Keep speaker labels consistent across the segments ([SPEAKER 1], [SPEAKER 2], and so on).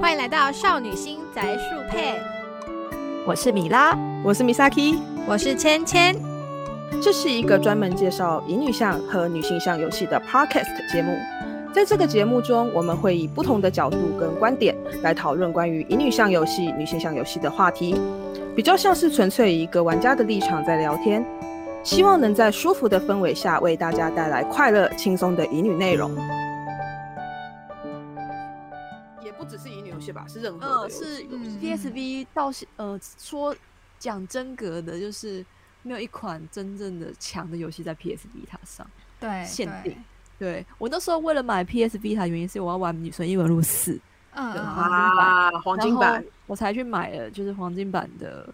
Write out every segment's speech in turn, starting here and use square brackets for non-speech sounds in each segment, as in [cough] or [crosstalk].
[SPEAKER 1] 欢迎来到少女心宅树配，
[SPEAKER 2] 我是米拉，
[SPEAKER 3] 我是 Misaki，
[SPEAKER 1] 我是芊芊。
[SPEAKER 3] 这是一个专门介绍乙女向和女性向游戏的 Podcast 节目。在这个节目中，我们会以不同的角度跟观点来讨论关于乙女向游戏、女性向游戏的话题，比较像是纯粹以一个玩家的立场在聊天，希望能在舒服的氛围下为大家带来快乐、轻松的乙女内容。也不只是乙女游戏吧，是任何的游
[SPEAKER 2] 呃，
[SPEAKER 3] 戏
[SPEAKER 2] 是
[SPEAKER 3] 都
[SPEAKER 1] 嗯
[SPEAKER 2] PSV 到现呃说讲真格的，就是没有一款真正的强的游戏在 PS Vita 上。
[SPEAKER 1] 对，
[SPEAKER 2] 限
[SPEAKER 1] 对
[SPEAKER 2] 定，对我那时候为了买 PS Vita，原因是我要玩《女神异闻录四》，
[SPEAKER 1] 嗯
[SPEAKER 2] 对
[SPEAKER 1] 嗯，嗯
[SPEAKER 3] 啊，黄金版，，
[SPEAKER 2] 我才去买了就是黄金版的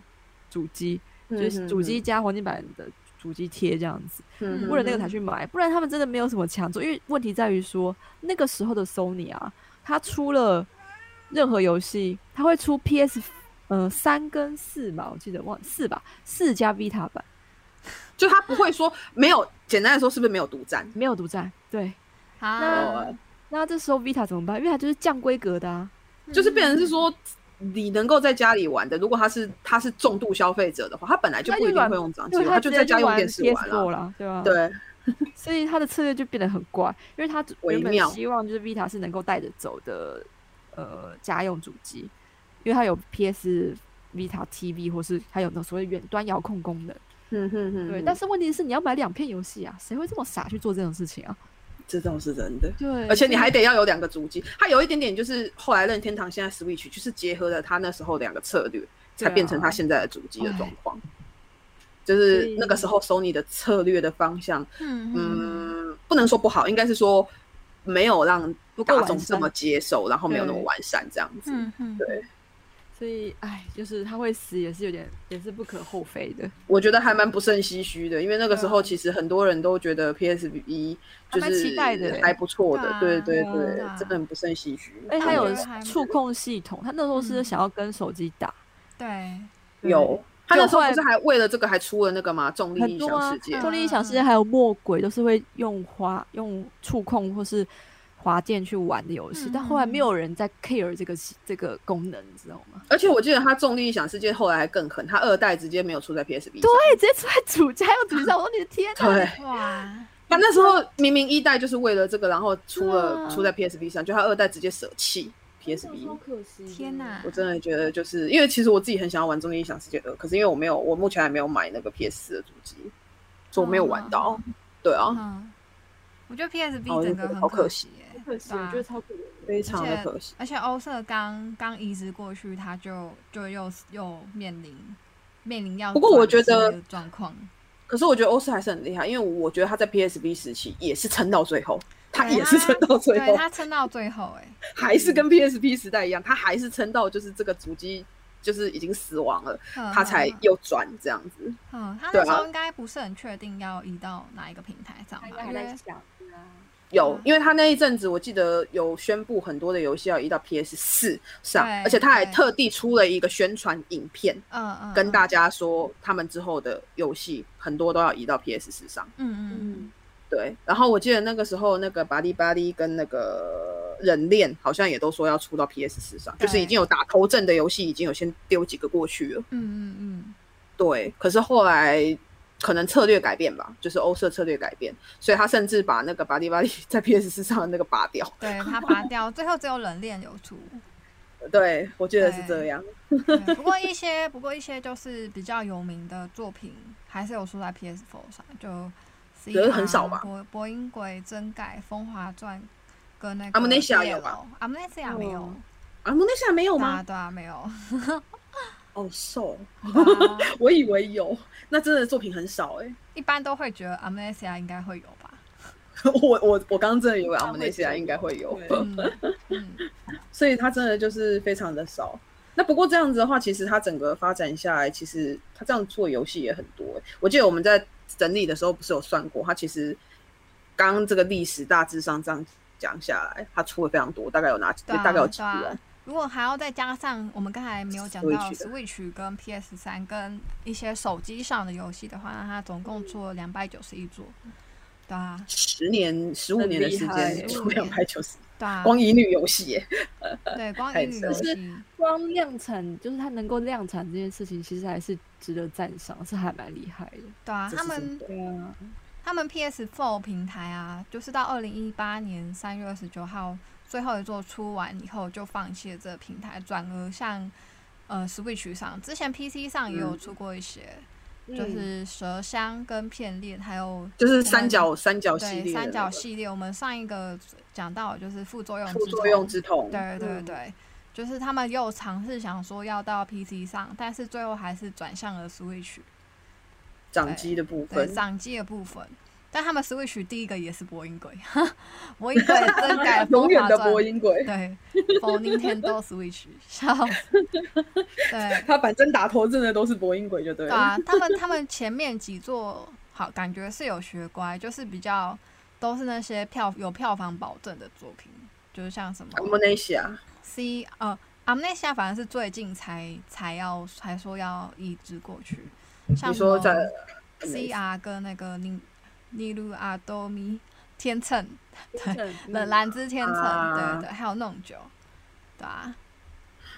[SPEAKER 2] 主机，就是主机加黄金版的主机贴这样子。
[SPEAKER 3] 嗯，嗯
[SPEAKER 1] 嗯
[SPEAKER 2] 为了那个才去买，不然他们真的没有什么强做。因为问题在于说，那个时候的 Sony 啊，它出了任何游戏，它会出 PS 呃三跟四吧，我记得忘四吧，四加 Vita 版，
[SPEAKER 3] 就他不会说没有，简单来说是不是没有独占？
[SPEAKER 2] 没有独占。对，
[SPEAKER 1] 好
[SPEAKER 3] 哦
[SPEAKER 2] 那，那这时候 Vita 怎么办？因为它就是降规格的啊。
[SPEAKER 3] 就是变成是说，你能够在家里玩的，如果他是他是重度消费者的话，他本来就不一定会用掌机
[SPEAKER 2] 因为，
[SPEAKER 3] 他
[SPEAKER 2] 直
[SPEAKER 3] 啊就
[SPEAKER 2] 接
[SPEAKER 3] 在家用
[SPEAKER 2] 玩
[SPEAKER 3] 电视
[SPEAKER 2] PS
[SPEAKER 3] 玩了。
[SPEAKER 2] 了，对吧、啊？，
[SPEAKER 3] 对，
[SPEAKER 2] 所以它的策略就变得很怪，因为它原
[SPEAKER 3] 微
[SPEAKER 2] 本
[SPEAKER 3] 妙
[SPEAKER 2] 希望就是 Vita 是能够带着走的呃家用主机，因为它有 PS Vita TV 或是它有那所谓远端遥控功能。
[SPEAKER 3] 嗯哼哼
[SPEAKER 2] 对，但是问题是你要买两片游戏啊，谁会这么傻去做这种事情啊？
[SPEAKER 3] 这倒是真的。
[SPEAKER 2] 对，
[SPEAKER 3] 而且你还得要有两个主机，它有一点点就是后来任天堂现在 Switch 就是结合了它那时候两个策略，
[SPEAKER 2] 啊
[SPEAKER 3] 才变成它现在的主机的状况。就是那个时候 Sony 的策略的方向，
[SPEAKER 1] 嗯嗯
[SPEAKER 3] 嗯，不能说不好，应该是说没有让
[SPEAKER 2] 不够
[SPEAKER 3] 大
[SPEAKER 2] 完
[SPEAKER 3] 众这
[SPEAKER 2] 善
[SPEAKER 3] 么接受，然后没有那么
[SPEAKER 2] 对
[SPEAKER 3] 完善这样子。
[SPEAKER 1] 嗯嗯，
[SPEAKER 3] 对，
[SPEAKER 2] 所以哎，就是他会死也是有点也是不可厚非的，
[SPEAKER 3] 我觉得还蛮不胜唏嘘的，因为那个时候
[SPEAKER 2] 对啊
[SPEAKER 3] 其实很多人都觉得 PSV
[SPEAKER 2] 还
[SPEAKER 3] 就
[SPEAKER 2] 蛮期
[SPEAKER 3] 是
[SPEAKER 2] 待的欸
[SPEAKER 3] 还不错的，
[SPEAKER 1] 对
[SPEAKER 3] 对
[SPEAKER 1] 啊
[SPEAKER 3] 对
[SPEAKER 2] 对啊
[SPEAKER 3] 对
[SPEAKER 1] 对啊，
[SPEAKER 3] 真的很不胜唏嘘。嗯
[SPEAKER 2] 而且它
[SPEAKER 1] 我
[SPEAKER 2] 哎有
[SPEAKER 1] 觉得还
[SPEAKER 2] 触控系统，它那时候是
[SPEAKER 1] 嗯
[SPEAKER 2] 想要跟手机打，
[SPEAKER 1] 对，
[SPEAKER 2] 对
[SPEAKER 3] 有，他那时
[SPEAKER 2] 就
[SPEAKER 3] 候
[SPEAKER 2] 后来
[SPEAKER 3] 不是还为了这个还出了那个嘛《重力
[SPEAKER 2] 很
[SPEAKER 3] 异
[SPEAKER 2] 多
[SPEAKER 3] 想
[SPEAKER 2] 啊
[SPEAKER 3] 世界》
[SPEAKER 1] 嗯
[SPEAKER 2] 重力想世界还有魔鬼都是会用滑用触控或是滑键去玩的游戏，
[SPEAKER 1] 嗯
[SPEAKER 2] 但后来没有人在 care 这个这个功能，你知道吗？
[SPEAKER 3] 而且我记得他《重力异想世界》后来还更狠，他二代直接没有出在 PSV。
[SPEAKER 2] 对， [laughs] 直接出来主家用主机上，我说你的天哪！
[SPEAKER 3] 对，
[SPEAKER 1] 哇，
[SPEAKER 3] 他 [laughs] 那时候明明一代就是为了这个，然后出
[SPEAKER 2] 对啊
[SPEAKER 3] 了出在 PSV 上，就他二代直接舍弃
[SPEAKER 2] 这样
[SPEAKER 3] PSV
[SPEAKER 2] 超。可惜的
[SPEAKER 1] 天哪
[SPEAKER 3] 我真的觉得，就是因为其实我自己很想要玩《重力异想世界二》，可是因为我没有，我目前还没有买那个 PS 的主机，所以我没有玩到。对啊，
[SPEAKER 1] 嗯，我觉得 PSB
[SPEAKER 3] 哦
[SPEAKER 1] 整个
[SPEAKER 3] 好
[SPEAKER 1] 很
[SPEAKER 3] 可
[SPEAKER 1] 惜耶，
[SPEAKER 2] 可惜，
[SPEAKER 1] 对啊
[SPEAKER 2] 我觉得超可惜。
[SPEAKER 3] 非常的可惜。
[SPEAKER 1] 而且欧社刚刚移植过去，他就就又又面临面临要
[SPEAKER 3] 不过我
[SPEAKER 1] 转
[SPEAKER 3] 觉得
[SPEAKER 1] 机的状况，
[SPEAKER 3] 可是我觉得欧斯还是很厉害，因为我觉得他在 PSV 时期也是撑到最后，他
[SPEAKER 1] 对
[SPEAKER 3] 也是
[SPEAKER 1] 他
[SPEAKER 3] 撑到最
[SPEAKER 1] 对
[SPEAKER 3] 后，
[SPEAKER 1] 他撑到最后，哎，
[SPEAKER 3] 还是跟 PSP 时代一样，他还是撑到就是这个主机就是已经死亡了，
[SPEAKER 1] 嗯
[SPEAKER 3] 他才
[SPEAKER 1] 嗯嗯
[SPEAKER 3] 又转这样子。
[SPEAKER 1] 嗯，他
[SPEAKER 3] 对
[SPEAKER 1] 那
[SPEAKER 3] 啊
[SPEAKER 1] 时候应该不是很确定要移到哪一个平台上吧？因为
[SPEAKER 2] 想啊，
[SPEAKER 3] 有
[SPEAKER 1] 嗯，
[SPEAKER 3] 因为他那一阵子我记得有宣布很多的游戏要移到 PS 四上
[SPEAKER 1] 对，
[SPEAKER 3] 而且他还
[SPEAKER 1] 对
[SPEAKER 3] 特地出了一个宣传影片，
[SPEAKER 1] 嗯嗯，
[SPEAKER 3] 跟
[SPEAKER 1] 嗯
[SPEAKER 3] 大家说他们之后的游戏很多都要移到 PS 四上。
[SPEAKER 1] 嗯嗯
[SPEAKER 2] 嗯，
[SPEAKER 3] 对，然后我记得那个时候那个巴黎巴黎跟那个人链好像也都说要出到 PS 四上，
[SPEAKER 1] 对
[SPEAKER 3] 就是已经有打头阵的游戏已经有先丢几个过去了。
[SPEAKER 1] 嗯嗯嗯
[SPEAKER 3] 对，可是后来可能策略改变吧，就是欧社策略改变，所以他甚至把那个巴黎巴黎在 PS 四上的那个拔掉。
[SPEAKER 1] 嗯，对他拔掉，最后只有冷链有出。
[SPEAKER 3] 对，我记得是这样。
[SPEAKER 1] 对不过一些，不过一些就是比较有名的作品，还是有出在 PS4 上，就
[SPEAKER 3] 可是很少吧
[SPEAKER 1] 博博音鬼、真改、风华传跟那个
[SPEAKER 3] Amnesia 有吧
[SPEAKER 1] 阿姆内西亚没有，
[SPEAKER 2] 嗯
[SPEAKER 3] 啊，蒙那夏没有
[SPEAKER 1] 对啊
[SPEAKER 3] 吗？
[SPEAKER 1] 对啊没有，
[SPEAKER 3] 哦，瘦，
[SPEAKER 1] 对啊
[SPEAKER 3] [laughs] 我以为有，那真的作品很少哎、
[SPEAKER 1] 一般都会觉得阿姆内西亚应该会有吧。
[SPEAKER 3] [laughs] 我我我刚刚真的以为阿姆内西亚应该会有，
[SPEAKER 2] 对
[SPEAKER 1] 嗯嗯，
[SPEAKER 3] 所以它真的就是非常的少。那不过这样子的话，其实它整个发展下来，其实它这样做游戏也很多欸、我记得我们在整理的时候不是有算过，它其实刚刚这个历史大致上这样讲下来，它出了非常多，大概有哪几，
[SPEAKER 1] 对啊
[SPEAKER 3] 大概有几
[SPEAKER 1] 对啊
[SPEAKER 3] 万。
[SPEAKER 1] 如果还要再加上我们刚才没有讲到
[SPEAKER 3] Switch 的
[SPEAKER 1] Switch 跟 PS3 跟一些手机上的游戏的话，那它总共做了
[SPEAKER 3] 嗯
[SPEAKER 1] 两百九十一座，对啊，
[SPEAKER 3] 十年、十五年的时
[SPEAKER 2] 很厉害
[SPEAKER 3] 间
[SPEAKER 2] 欸
[SPEAKER 3] 出
[SPEAKER 1] 15年
[SPEAKER 3] 两百九十，
[SPEAKER 1] 对啊，
[SPEAKER 3] 光乙女游戏欸耶，
[SPEAKER 1] 对光
[SPEAKER 3] 太
[SPEAKER 1] 英语
[SPEAKER 3] 神
[SPEAKER 1] 游
[SPEAKER 2] 奇
[SPEAKER 1] 戏，
[SPEAKER 2] [laughs] 光量产就是它能够量产这件事情，其实还是值得赞赏，是还蛮厉害的。
[SPEAKER 1] 对啊，
[SPEAKER 3] 这
[SPEAKER 1] 他
[SPEAKER 3] 是真
[SPEAKER 1] 们
[SPEAKER 3] 的
[SPEAKER 2] 对啊，
[SPEAKER 1] 他们 PS4 平台啊，就是到二零一八年三月二十九号最后一座出完以后，就放弃了这个平台，转而向呃 Switch 上。之前 PC 上也
[SPEAKER 3] 嗯
[SPEAKER 1] 有出过一些，就是蛇香跟片链，还有
[SPEAKER 3] 就是三角三角系列
[SPEAKER 1] 对
[SPEAKER 3] 的
[SPEAKER 1] 三
[SPEAKER 3] 那
[SPEAKER 1] 角
[SPEAKER 3] 个
[SPEAKER 1] 系列。我们上一个讲到就是副作用之
[SPEAKER 3] 副作用之痛，
[SPEAKER 1] 对对
[SPEAKER 3] 嗯
[SPEAKER 1] 对，就是他们又尝试想说要到 PC 上，但是最后还是转向了 Switch
[SPEAKER 3] 掌机的部
[SPEAKER 1] 对
[SPEAKER 3] 分，
[SPEAKER 1] 掌机的部分。但他们 Switch 第一个也是播音鬼， [laughs] 播音鬼真改
[SPEAKER 3] [laughs] 永远的播
[SPEAKER 1] 音。
[SPEAKER 3] 音鬼，
[SPEAKER 1] 对，For Nintendo Switch，笑
[SPEAKER 3] [laughs]
[SPEAKER 1] 死。对
[SPEAKER 3] 他反正打头阵的都是播音鬼就对
[SPEAKER 1] 对
[SPEAKER 3] 了。 [laughs]
[SPEAKER 1] 啊，他们他们前面几座好感觉是有学乖，就是比较都是那些票有票房保证的作品，就是像什么
[SPEAKER 3] 我们那一些啊，
[SPEAKER 1] C 呃 Amnesia 反而是最近才才要才说要移植过去，像
[SPEAKER 3] 你说
[SPEAKER 1] 什么啊
[SPEAKER 3] 在嗯
[SPEAKER 1] CR 跟那个尼尼鲁阿多米天秤的
[SPEAKER 2] 对
[SPEAKER 1] 蓝之天秤，
[SPEAKER 3] 啊
[SPEAKER 1] 对对，还有弄酒，对啊，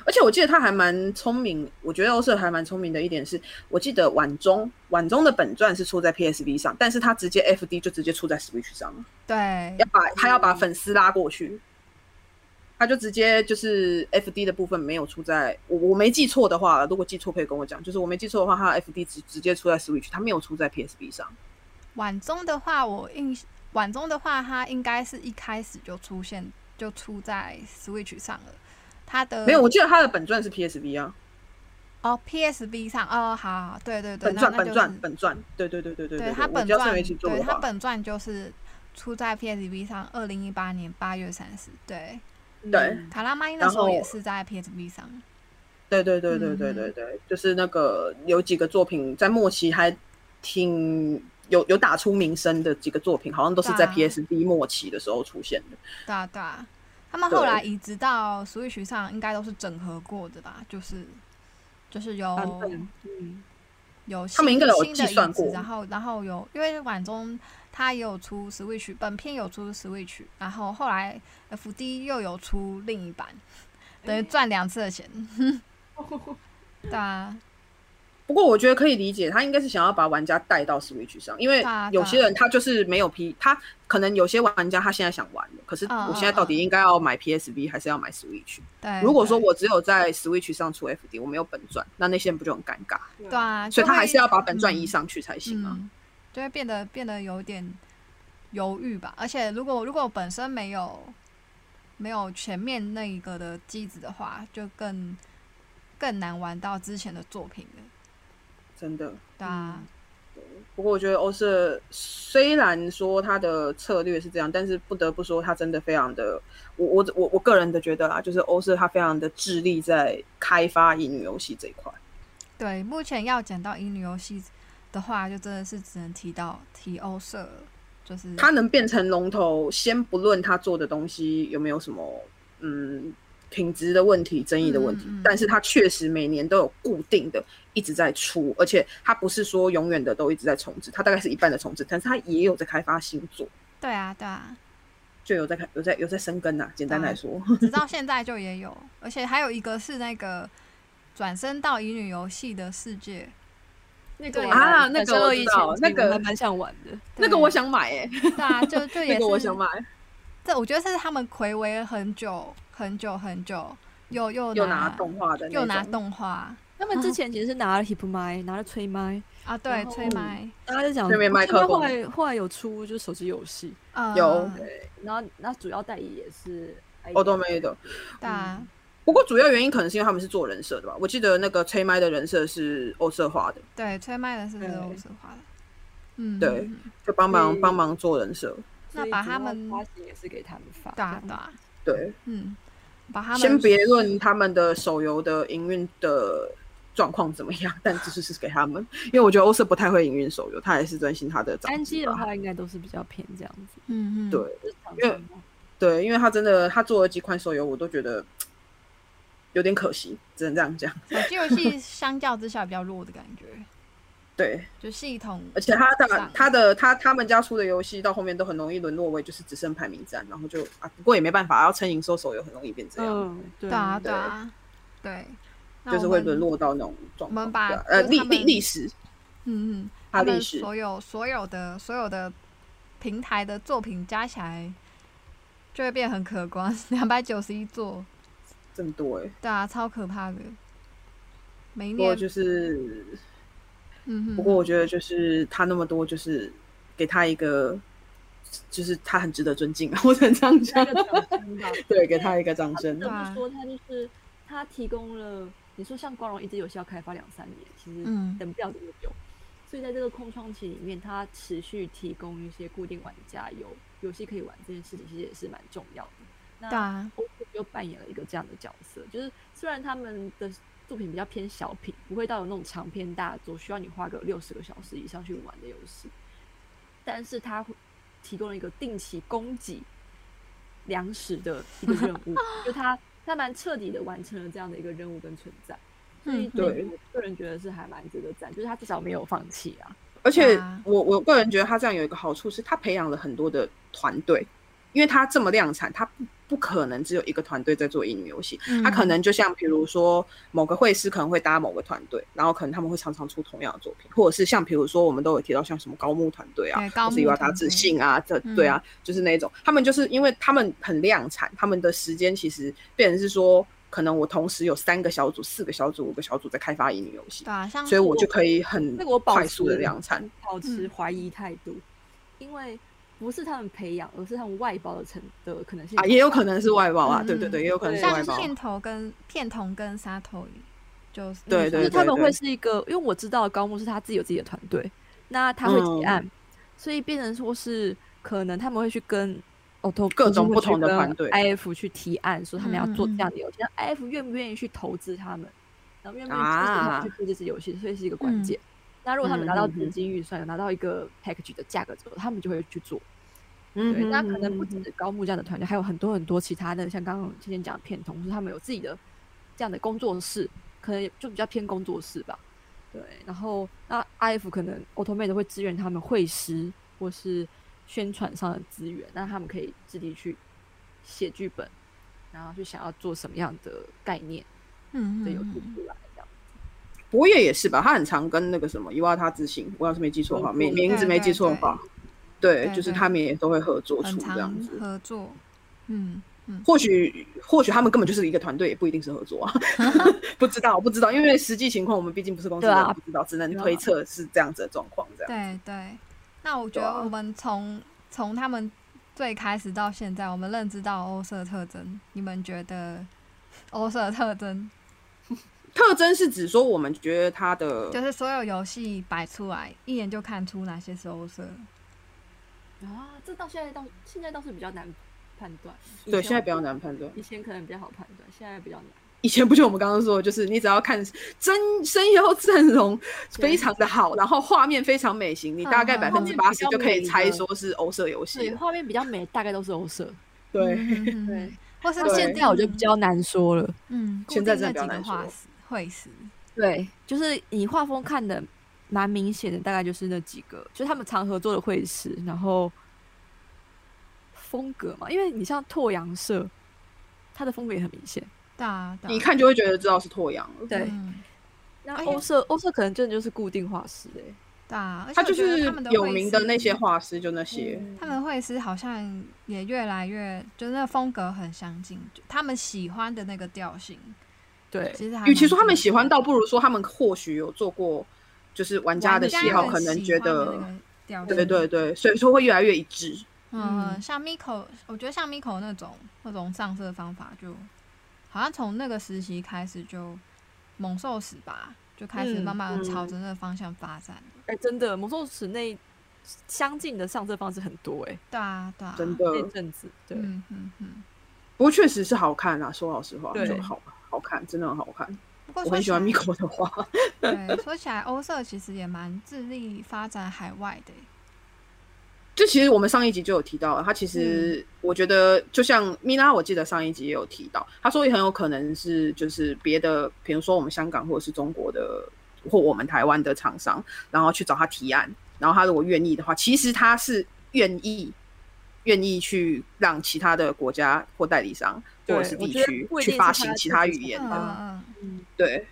[SPEAKER 3] 而且我记得他还蛮聪明，我觉得欧社还蛮聪明的一点是，我记得晚中晚中的本传是出在 PSV 上，但是他直接 FD 就直接出在 Switch 上了，
[SPEAKER 1] 对
[SPEAKER 3] 要把他要把粉丝拉过去，他就直接就是 FD 的部分没有出在我我没记错的话，如果记错可以跟我讲，就是我没记错的话，他的 FD 直直接出在 Switch，他没有出在 PSV 上。
[SPEAKER 1] 晚中的话，我印晚中的话，它应该是一开始就出现就出在 Switch 上了，它的
[SPEAKER 3] 没有，我记得他的本传是 PSV 啊，
[SPEAKER 1] 哦 PSV 上哦，好好对对对，
[SPEAKER 3] 本
[SPEAKER 1] 那
[SPEAKER 3] 传
[SPEAKER 1] 那
[SPEAKER 3] 本
[SPEAKER 1] 就是
[SPEAKER 3] 传本传，对对对对对
[SPEAKER 1] 对
[SPEAKER 3] 对，
[SPEAKER 1] 它
[SPEAKER 3] 我
[SPEAKER 1] 本
[SPEAKER 3] 只要是没
[SPEAKER 1] 传
[SPEAKER 3] 记错的
[SPEAKER 1] 对它
[SPEAKER 3] 话，
[SPEAKER 1] 本传就是出在 PSV 上，二零一八年八月三十，对，
[SPEAKER 2] 嗯
[SPEAKER 3] 对
[SPEAKER 1] 卡拉麦那
[SPEAKER 3] 嗯然
[SPEAKER 1] 时候也
[SPEAKER 3] 后
[SPEAKER 1] 是在 PSV 上，
[SPEAKER 3] 对对对
[SPEAKER 1] 嗯
[SPEAKER 3] 对对对对，就是那个有几个作品在末期还挺有有打出名声的几个作品，好像都是在
[SPEAKER 1] 对啊
[SPEAKER 3] PSV 末期的时候出现的。
[SPEAKER 1] 对啊对啊，他们后来移植到 Switch 上，应该都是整合过的吧，就是就是有
[SPEAKER 2] 版本，嗯，
[SPEAKER 1] 有新
[SPEAKER 3] 他们应该有
[SPEAKER 1] 新的
[SPEAKER 3] 计算
[SPEAKER 1] 椅子
[SPEAKER 3] 过
[SPEAKER 1] 然后然后有因为晚中他也有出 Switch，本片有出 Switch，然后后来 FD 又有出另一版，等于赚两次的 [laughs] 钱。对啊，
[SPEAKER 3] 不过我觉得可以理解，他应该是想要把玩家带到 Switch 上，因为
[SPEAKER 1] 对啊对啊
[SPEAKER 3] 有些人他就是没有 P，他可能有些玩家他现在想玩的，可是
[SPEAKER 1] 嗯
[SPEAKER 3] 我现在到底应该要买 PSV 还是要买 Switch？
[SPEAKER 1] 对。
[SPEAKER 3] 如果说
[SPEAKER 1] 对
[SPEAKER 3] 我只有在 Switch 上出 FD，我没有本传，那那些人不就很尴尬？
[SPEAKER 1] 对啊，
[SPEAKER 3] 所以
[SPEAKER 1] 就
[SPEAKER 3] 他
[SPEAKER 1] 会
[SPEAKER 3] 还是要把本传移上去才行啊。
[SPEAKER 1] 嗯，就会变得变得有点犹豫吧。而且如果如果本身没有没有前面那一个的机子的话，就更更难玩到之前的作品了。
[SPEAKER 3] 真的。
[SPEAKER 1] 对啊，
[SPEAKER 3] 不过我觉得欧舍虽然说他的策略是这样，但是不得不说他真的非常的，我我我我个人的觉得啦，就是欧舍他非常的致力在开发乙女游戏这一块。
[SPEAKER 1] 对，目前要讲到乙女游戏的话，就真的是只能提到提欧社了，就是
[SPEAKER 3] 他能变成龙头，先不论他做的东西有没有什么嗯品质的问题、争议的问题，
[SPEAKER 1] 嗯嗯嗯
[SPEAKER 3] 但是他确实每年都有固定的一直在出，而且他不是说永远的都一直在重置，他大概是一半的重置，但是他也有在开发新作，
[SPEAKER 1] 对啊对啊，
[SPEAKER 3] 就有在开有在有在生根呐、啊简单来说。
[SPEAKER 1] 直到现在就也有，而且还有一个是那个转身到乙女游戏的世界，
[SPEAKER 2] 嗯那
[SPEAKER 1] 个
[SPEAKER 2] 个
[SPEAKER 1] 我
[SPEAKER 3] 啊那个我
[SPEAKER 2] 二
[SPEAKER 3] 知
[SPEAKER 2] 一
[SPEAKER 3] 道
[SPEAKER 2] 前
[SPEAKER 3] 那
[SPEAKER 2] 期
[SPEAKER 3] 个
[SPEAKER 2] 我还蛮想玩的，
[SPEAKER 3] [laughs] 那个
[SPEAKER 1] 对
[SPEAKER 3] 我想买诶、
[SPEAKER 1] 对啊，就就也
[SPEAKER 3] 那
[SPEAKER 1] 是
[SPEAKER 3] 个我想买，
[SPEAKER 1] 这我觉得这是他们暌违了很久很久很久，又又
[SPEAKER 3] 又拿动画的
[SPEAKER 1] 又拿
[SPEAKER 3] 那种，
[SPEAKER 1] 动画
[SPEAKER 2] 他们之前其实是拿了 hip 麦，拿了吹麦，
[SPEAKER 1] 啊，对，
[SPEAKER 2] 然后
[SPEAKER 1] 吹麦，
[SPEAKER 2] 大家在讲
[SPEAKER 3] 那边麦克风
[SPEAKER 2] 后来后来有出就是手机游戏，
[SPEAKER 1] 呃，
[SPEAKER 3] 有
[SPEAKER 2] 然后那主要代言也是
[SPEAKER 3] 我都没的。
[SPEAKER 1] 对啊，
[SPEAKER 3] 不过主要原因可能是因为他们是做人设的吧？我记得那个吹麦的人设是欧社画的，
[SPEAKER 1] 对，吹麦的是
[SPEAKER 2] 对
[SPEAKER 1] 欧斯画的，嗯，
[SPEAKER 3] 对
[SPEAKER 1] 嗯嗯
[SPEAKER 3] 就帮忙
[SPEAKER 2] 嗯
[SPEAKER 3] 帮忙做人设。
[SPEAKER 1] 那把他们
[SPEAKER 2] 发行也是给他们发，
[SPEAKER 1] 对啊
[SPEAKER 2] 这
[SPEAKER 1] 对
[SPEAKER 2] 样
[SPEAKER 1] 啊，
[SPEAKER 3] 对，
[SPEAKER 1] 嗯，把他们
[SPEAKER 3] 先别论他们的手游的营运的状况怎么样， [laughs] 但只是是给他们，因为我觉得欧社不太会营运手游，他还是专心他的掌
[SPEAKER 2] 单机
[SPEAKER 3] 机
[SPEAKER 2] 的
[SPEAKER 3] 吧。
[SPEAKER 2] 话应该都是比较偏这样子，
[SPEAKER 1] 嗯嗯，
[SPEAKER 3] 对
[SPEAKER 2] 就是厂
[SPEAKER 3] 因为
[SPEAKER 2] 商嘛
[SPEAKER 3] 对，因为他真的他做了几款手游，我都觉得有点可惜，只能这样讲。
[SPEAKER 1] 手机游戏相较之下比较弱的感觉，
[SPEAKER 3] 对，
[SPEAKER 1] 就系统上，
[SPEAKER 3] 而且他的他的他他们家出的游戏到后面都很容易沦落为就是只剩排名战，然后就啊，不过也没办法，要撑营收手游很容易变这样，
[SPEAKER 2] 嗯，对
[SPEAKER 1] 对啊
[SPEAKER 3] 对
[SPEAKER 1] 对啊对，那
[SPEAKER 3] 就是
[SPEAKER 1] 我
[SPEAKER 3] 会
[SPEAKER 1] 们
[SPEAKER 3] 沦落到那种状
[SPEAKER 1] 我
[SPEAKER 3] 况。
[SPEAKER 1] 们把
[SPEAKER 3] 对啊呃
[SPEAKER 1] 就是
[SPEAKER 3] 历
[SPEAKER 1] 他
[SPEAKER 3] 历
[SPEAKER 1] 们
[SPEAKER 3] 历史，
[SPEAKER 1] 嗯嗯，
[SPEAKER 3] 他
[SPEAKER 1] 他
[SPEAKER 3] 历
[SPEAKER 1] 们
[SPEAKER 3] 史，
[SPEAKER 1] 所有所有的所有的平台的作品加起来，就会变很可观， [laughs] 两百九十一座，
[SPEAKER 3] 这么多哎、
[SPEAKER 1] 对啊，超可怕的。每一
[SPEAKER 3] 不过
[SPEAKER 1] 年，
[SPEAKER 3] 就是，
[SPEAKER 1] 嗯哼，
[SPEAKER 3] 不过我觉得就是他那么多，就是给他一个，就是他很值得尊敬啊，我只能这样
[SPEAKER 2] 那
[SPEAKER 3] 讲。
[SPEAKER 2] [laughs] 个掌声吧
[SPEAKER 3] 对，给他一个掌
[SPEAKER 2] 不
[SPEAKER 3] 声。
[SPEAKER 2] 得
[SPEAKER 1] 对
[SPEAKER 2] 不
[SPEAKER 1] 啊
[SPEAKER 2] 说，他就是他提供了，你说像光荣一直游戏要开发两三年，其实
[SPEAKER 1] 嗯
[SPEAKER 2] 等不了这么久，所以在这个空窗期里面，他持续提供一些固定玩家有游戏可以玩这件事情，其实也是蛮重要的。那
[SPEAKER 1] 对啊，
[SPEAKER 2] 欧洲又扮演了一个这样的角色，就是虽然他们的作品比较偏小品，不会到有那种长篇大作，需要你花个六十个小时以上去玩的游戏，但是它会提供了一个定期供给粮食的一个任务，就它它蛮彻底的完成了这样的一个任务跟存在。所以
[SPEAKER 1] 嗯
[SPEAKER 2] 这个
[SPEAKER 3] 对
[SPEAKER 2] 我个人觉得是还蛮值得赞，就是他至少没有放弃啊。
[SPEAKER 3] 而且
[SPEAKER 1] 啊
[SPEAKER 3] 我我个人觉得他这样有一个好处是，他培养了很多的团队，因为他这么量产，他不不可能只有一个团队在做乙女游戏，他可
[SPEAKER 1] 嗯
[SPEAKER 3] 能就像比如说某个会师可能会搭某个团队，然后可能他们会常常出同样的作品，或者是像比如说我们都有提到像什么高木团队啊，
[SPEAKER 1] 对高
[SPEAKER 3] 或是
[SPEAKER 1] 木
[SPEAKER 3] 有达
[SPEAKER 1] 团
[SPEAKER 3] 自
[SPEAKER 1] 队
[SPEAKER 3] 信啊，这
[SPEAKER 1] 嗯
[SPEAKER 3] 对啊，就是那种他们就是因为他们很量产，他们的时间其实变成是说，可能我同时有三个小组、四个小组、五个小组在开发乙女游戏
[SPEAKER 1] 对，啊，像
[SPEAKER 3] 所以我就可以很
[SPEAKER 2] 那个我保
[SPEAKER 3] 快
[SPEAKER 2] 持
[SPEAKER 3] 速的量产。，
[SPEAKER 2] 保持
[SPEAKER 1] 嗯
[SPEAKER 2] 怀疑态度，因为不是他们培养，而是他们外包的成的可能性
[SPEAKER 3] 啊，也有可能是外包啊，
[SPEAKER 1] 嗯
[SPEAKER 3] 对对对，也有可能是
[SPEAKER 2] 对
[SPEAKER 3] 外
[SPEAKER 1] 像
[SPEAKER 3] 包。啊
[SPEAKER 1] 片头跟片头跟沙头里，就是
[SPEAKER 3] 对
[SPEAKER 2] 就
[SPEAKER 3] 对
[SPEAKER 2] 是他们
[SPEAKER 3] 对
[SPEAKER 2] 会是一个，因为我知道高木是他自己有自己的团队，那他会
[SPEAKER 3] 嗯
[SPEAKER 2] 结案，所以变成说是可能他们会去跟哦，投
[SPEAKER 3] 各种不同的团队
[SPEAKER 2] ，IF 去提案说他们要做
[SPEAKER 1] 嗯嗯
[SPEAKER 2] 这
[SPEAKER 1] 嗯
[SPEAKER 2] 样的游戏，那 IF 愿不愿意去投资他们，然后愿不愿意支持他
[SPEAKER 3] 啊嗯
[SPEAKER 2] 们去做这支游戏，所以是一个关键。
[SPEAKER 1] 嗯
[SPEAKER 2] 那如果他们拿到资金预算，有拿到一个 package 的价格之后，他们就会去做。对，
[SPEAKER 3] 嗯，
[SPEAKER 2] 那可能不只
[SPEAKER 3] 嗯
[SPEAKER 2] 是高木这样的团队，还有很多很多其他的，像刚刚今天讲的片同事，他们有自己的这样的工作室，可能也就比较偏工作室吧。对，然后那 IF 可能 Automate 会支援他们会师或是宣传上的资源，让他们可以自己去写剧本，然后去想要做什么样的概念
[SPEAKER 1] 嗯
[SPEAKER 2] 的游
[SPEAKER 1] 嗯
[SPEAKER 2] 戏
[SPEAKER 1] 嗯
[SPEAKER 2] 出来这样。
[SPEAKER 3] 博野也是吧，他很常跟那个什么伊娃他自信，我要是没记错的话，
[SPEAKER 2] 合作
[SPEAKER 3] 名名字
[SPEAKER 1] 对
[SPEAKER 3] 没
[SPEAKER 1] 对
[SPEAKER 3] 记错的
[SPEAKER 1] 对
[SPEAKER 3] 话，对，
[SPEAKER 1] 对
[SPEAKER 3] 就是
[SPEAKER 1] 对
[SPEAKER 3] 他们也都会合作出
[SPEAKER 1] 很
[SPEAKER 3] 这样
[SPEAKER 1] 常
[SPEAKER 3] 子。
[SPEAKER 1] 合作，嗯嗯，
[SPEAKER 3] 或许或许他们根本就是一个团队，也不一定是合作啊， [laughs] 不知道不知道，因为实际情况我们毕竟不是公司
[SPEAKER 2] 对
[SPEAKER 3] 人，
[SPEAKER 2] 啊
[SPEAKER 3] 不知道，只能
[SPEAKER 2] 对啊
[SPEAKER 3] 推测是这样子的状况这样。
[SPEAKER 1] 对对，那我觉
[SPEAKER 3] 啊对
[SPEAKER 1] 得
[SPEAKER 3] 啊
[SPEAKER 1] 我们从从他们最开始到现在，我们认知到欧社特征，你们觉得欧社特征
[SPEAKER 3] 特征是指说我们觉得他的
[SPEAKER 1] 就是所有游戏摆出来，一眼就看出哪些是欧社。
[SPEAKER 2] 啊，这到现在到现在倒是比较难判断。以
[SPEAKER 3] 对
[SPEAKER 2] 前
[SPEAKER 3] 现在比较难判断。
[SPEAKER 2] 以前可能比较好判断，现在比较难。
[SPEAKER 3] 以前不就我们刚刚说的，就是你只要看真声优阵容
[SPEAKER 2] 对
[SPEAKER 3] 非常的好，然后画面非常美型，你大概
[SPEAKER 1] 嗯
[SPEAKER 3] 百
[SPEAKER 1] 嗯
[SPEAKER 3] 分之八十
[SPEAKER 2] 画面比较
[SPEAKER 3] 就可以
[SPEAKER 2] 美
[SPEAKER 3] 猜
[SPEAKER 2] 的
[SPEAKER 3] 说是欧社游戏
[SPEAKER 2] 对，啊
[SPEAKER 3] 了。
[SPEAKER 2] 画面比较美，大概都是欧色。
[SPEAKER 3] 对，
[SPEAKER 1] 嗯，嗯嗯
[SPEAKER 2] 对
[SPEAKER 1] 嗯或是
[SPEAKER 3] 对
[SPEAKER 2] 现在我就比
[SPEAKER 1] 嗯
[SPEAKER 2] 较难说了。
[SPEAKER 1] 嗯，固
[SPEAKER 3] 现在
[SPEAKER 1] 定
[SPEAKER 3] 真的
[SPEAKER 1] 那几
[SPEAKER 3] 比较难
[SPEAKER 1] 个
[SPEAKER 3] 说
[SPEAKER 1] 画师会师，
[SPEAKER 2] 对，就是以画风看的蛮明显的，大概就是那几个，就是他们常合作的会师，然后风格嘛，因为你像拓阳社，它的风格也很明显。
[SPEAKER 1] 对啊，对啊
[SPEAKER 3] 你一看就会觉得知道是拓阳了。
[SPEAKER 2] 对
[SPEAKER 1] 嗯
[SPEAKER 2] 那
[SPEAKER 1] 哎呀
[SPEAKER 2] 欧社，欧社可能真的就是固定画师哎、
[SPEAKER 1] 对啊，而且
[SPEAKER 3] 他
[SPEAKER 1] 我
[SPEAKER 3] 就
[SPEAKER 1] 觉得
[SPEAKER 3] 是
[SPEAKER 1] 他们的
[SPEAKER 3] 有
[SPEAKER 1] 会
[SPEAKER 3] 名
[SPEAKER 1] 师
[SPEAKER 3] 的那些画师，就那
[SPEAKER 2] 嗯
[SPEAKER 3] 些。
[SPEAKER 1] 他们会师好像也越来越，就是那个风格很相近，就他们喜欢的那个调性，
[SPEAKER 2] 对，
[SPEAKER 1] 其实还
[SPEAKER 3] 与其说他们
[SPEAKER 1] 蛮
[SPEAKER 3] 喜欢，倒不如说他们或许有做过，就是玩家的
[SPEAKER 1] 玩
[SPEAKER 3] 喜好，
[SPEAKER 1] 们
[SPEAKER 3] 可能
[SPEAKER 1] 喜
[SPEAKER 3] 觉
[SPEAKER 1] 欢的
[SPEAKER 3] 得
[SPEAKER 1] 那，个嗯调性
[SPEAKER 3] 对对对，所以说会越来越一致。
[SPEAKER 1] 嗯，
[SPEAKER 2] 嗯
[SPEAKER 1] 像 Miko，我觉得像 Miko 那种那种上色方法就，好像从那个实习开始就猛兽死吧，就开始
[SPEAKER 2] 嗯
[SPEAKER 1] 慢慢
[SPEAKER 3] 嗯
[SPEAKER 1] 地朝着那个方向发展了。
[SPEAKER 2] 哎、真的魔兽室内相近的上色方式很多哎、
[SPEAKER 1] 对啊，对啊，
[SPEAKER 3] 真的，
[SPEAKER 2] 那阵子对，
[SPEAKER 1] 嗯嗯嗯。
[SPEAKER 3] 不过确实是好看啊。说老实话，
[SPEAKER 2] 对
[SPEAKER 3] 就好好看，真的很好看。
[SPEAKER 1] 不过
[SPEAKER 3] 我
[SPEAKER 1] 说
[SPEAKER 3] 很
[SPEAKER 1] 起
[SPEAKER 3] 喜欢
[SPEAKER 1] 来
[SPEAKER 3] Miko 的画，
[SPEAKER 1] 对，说起来欧社其实也蛮致力发展海外的耶。
[SPEAKER 3] 就其实我们上一集就有提到了，他其
[SPEAKER 2] 嗯
[SPEAKER 3] 实我觉得就像米拉，我记得上一集也有提到，他说也很有可能是就是别的，比如说我们香港或者是中国的或我们台湾的厂商，然后去找他提案，然后他如果愿意的话，其实他是愿意愿意去让其他的国家或代理商或者
[SPEAKER 2] 对
[SPEAKER 3] 是
[SPEAKER 2] 我
[SPEAKER 3] 地
[SPEAKER 2] 觉得
[SPEAKER 3] 区
[SPEAKER 2] 不一
[SPEAKER 3] 去
[SPEAKER 2] 定
[SPEAKER 3] 发
[SPEAKER 2] 是
[SPEAKER 3] 行
[SPEAKER 2] 他
[SPEAKER 3] 其
[SPEAKER 2] 自
[SPEAKER 3] 他
[SPEAKER 2] 己
[SPEAKER 3] 语言
[SPEAKER 1] 嗯
[SPEAKER 2] 想
[SPEAKER 3] 的，
[SPEAKER 1] 嗯，嗯
[SPEAKER 2] 嗯，
[SPEAKER 3] 对，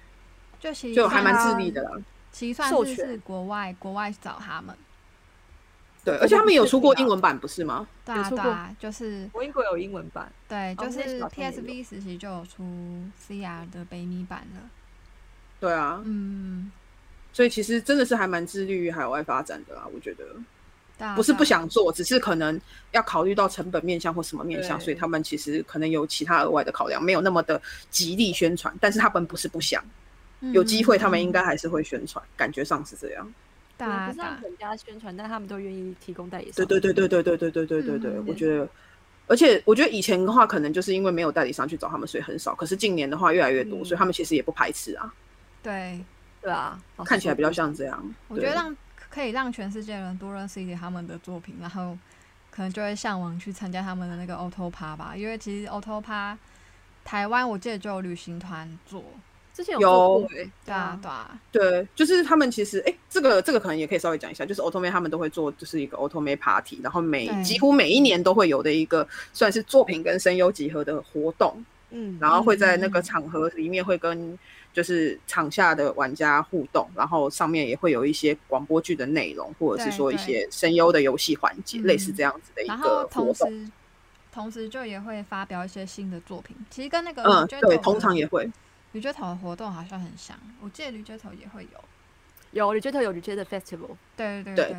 [SPEAKER 1] 就其实
[SPEAKER 3] 就还蛮
[SPEAKER 1] 算
[SPEAKER 3] 自立的啦。
[SPEAKER 1] 其实算
[SPEAKER 2] 授
[SPEAKER 1] 是
[SPEAKER 2] 权
[SPEAKER 1] 是国外国外找他们，
[SPEAKER 3] 对，
[SPEAKER 2] 这
[SPEAKER 3] 而且
[SPEAKER 2] 个
[SPEAKER 3] 他们
[SPEAKER 2] 不
[SPEAKER 3] 有
[SPEAKER 2] 确
[SPEAKER 3] 出
[SPEAKER 2] 定
[SPEAKER 3] 过
[SPEAKER 2] 啊
[SPEAKER 3] 英文版，不是吗？
[SPEAKER 1] 对
[SPEAKER 2] 有
[SPEAKER 1] 啊
[SPEAKER 2] 出
[SPEAKER 1] 对
[SPEAKER 2] 过
[SPEAKER 1] 啊，就是
[SPEAKER 2] 我英国有英文版，
[SPEAKER 1] 对，
[SPEAKER 2] 哦
[SPEAKER 1] 就
[SPEAKER 2] 那
[SPEAKER 1] 是
[SPEAKER 2] 小朋友
[SPEAKER 1] PSV 时期就有出 CR 的北米版了，
[SPEAKER 3] 对啊，
[SPEAKER 1] 嗯，
[SPEAKER 3] 所以其实真的是还蛮致力于海外发展的啦，我觉得
[SPEAKER 1] 对啊
[SPEAKER 3] 不是
[SPEAKER 1] 对啊
[SPEAKER 3] 不想做，只是可能要考虑到成本面向或什么面向，
[SPEAKER 2] 对
[SPEAKER 3] 所以他们其实可能有其他额外的考量，没有那么的极力宣传，但是他们不是不想，
[SPEAKER 1] 嗯
[SPEAKER 3] 有机会他们应该还是会宣传，感觉上是这样。
[SPEAKER 1] 打
[SPEAKER 2] 我不是让人家宣传，但他们都愿意提供代理商。
[SPEAKER 3] 啊对对对对对对对对对对对，
[SPEAKER 1] 嗯
[SPEAKER 3] 我觉得。而且我觉得以前的话，可能就是因为没有代理商去找他们，所以很少。可是近年的话，越来越多，
[SPEAKER 2] 嗯
[SPEAKER 3] 所以他们其实也不排斥啊，
[SPEAKER 1] 对，
[SPEAKER 2] 对啊，老实
[SPEAKER 3] 看起来
[SPEAKER 2] 说
[SPEAKER 3] 比较像这样。
[SPEAKER 1] 我觉得
[SPEAKER 3] 对
[SPEAKER 1] 让可以让全世界人多认识一点他们的作品，然后可能就会向往去参加他们的那个 Auto 趴吧，因为其实 Auto 趴台湾我记得就有旅行团做，
[SPEAKER 2] 之前有
[SPEAKER 3] 有
[SPEAKER 2] 做过欸
[SPEAKER 1] 对啊，对啊，
[SPEAKER 3] 对，就是他们其实，哎、这个这个可能也可以稍微讲一下，就是 a u t o m a 他们都会做，就是一个 a u t o m a party，然后每
[SPEAKER 1] 对
[SPEAKER 3] 几乎每一年都会有的一个算是作品跟声优集合的活动，
[SPEAKER 2] 嗯，
[SPEAKER 3] 然后会在
[SPEAKER 1] 嗯
[SPEAKER 3] 那
[SPEAKER 1] 嗯
[SPEAKER 3] 个
[SPEAKER 1] 嗯
[SPEAKER 3] 场合里面会跟就是场下的玩家互动，然后上面也会有一些广播剧的内容，或者是
[SPEAKER 1] 对
[SPEAKER 3] 说一
[SPEAKER 1] 对
[SPEAKER 3] 些声优的游戏环节，
[SPEAKER 1] 嗯
[SPEAKER 3] 类似这样子的一
[SPEAKER 1] 然后
[SPEAKER 3] 个活
[SPEAKER 1] 同
[SPEAKER 3] 动。
[SPEAKER 1] 时同时就也会发表一些新的作品，其实跟那个
[SPEAKER 3] 嗯，
[SPEAKER 1] 驴街头
[SPEAKER 3] 对，
[SPEAKER 1] 的
[SPEAKER 3] 通常也
[SPEAKER 1] 嗯
[SPEAKER 3] 会，
[SPEAKER 1] 驴街头的活动好像很像，我记得驴街头也会有，
[SPEAKER 2] 有 r e j e t 有 r e j e t Festival
[SPEAKER 1] 对对
[SPEAKER 3] 对
[SPEAKER 1] 对，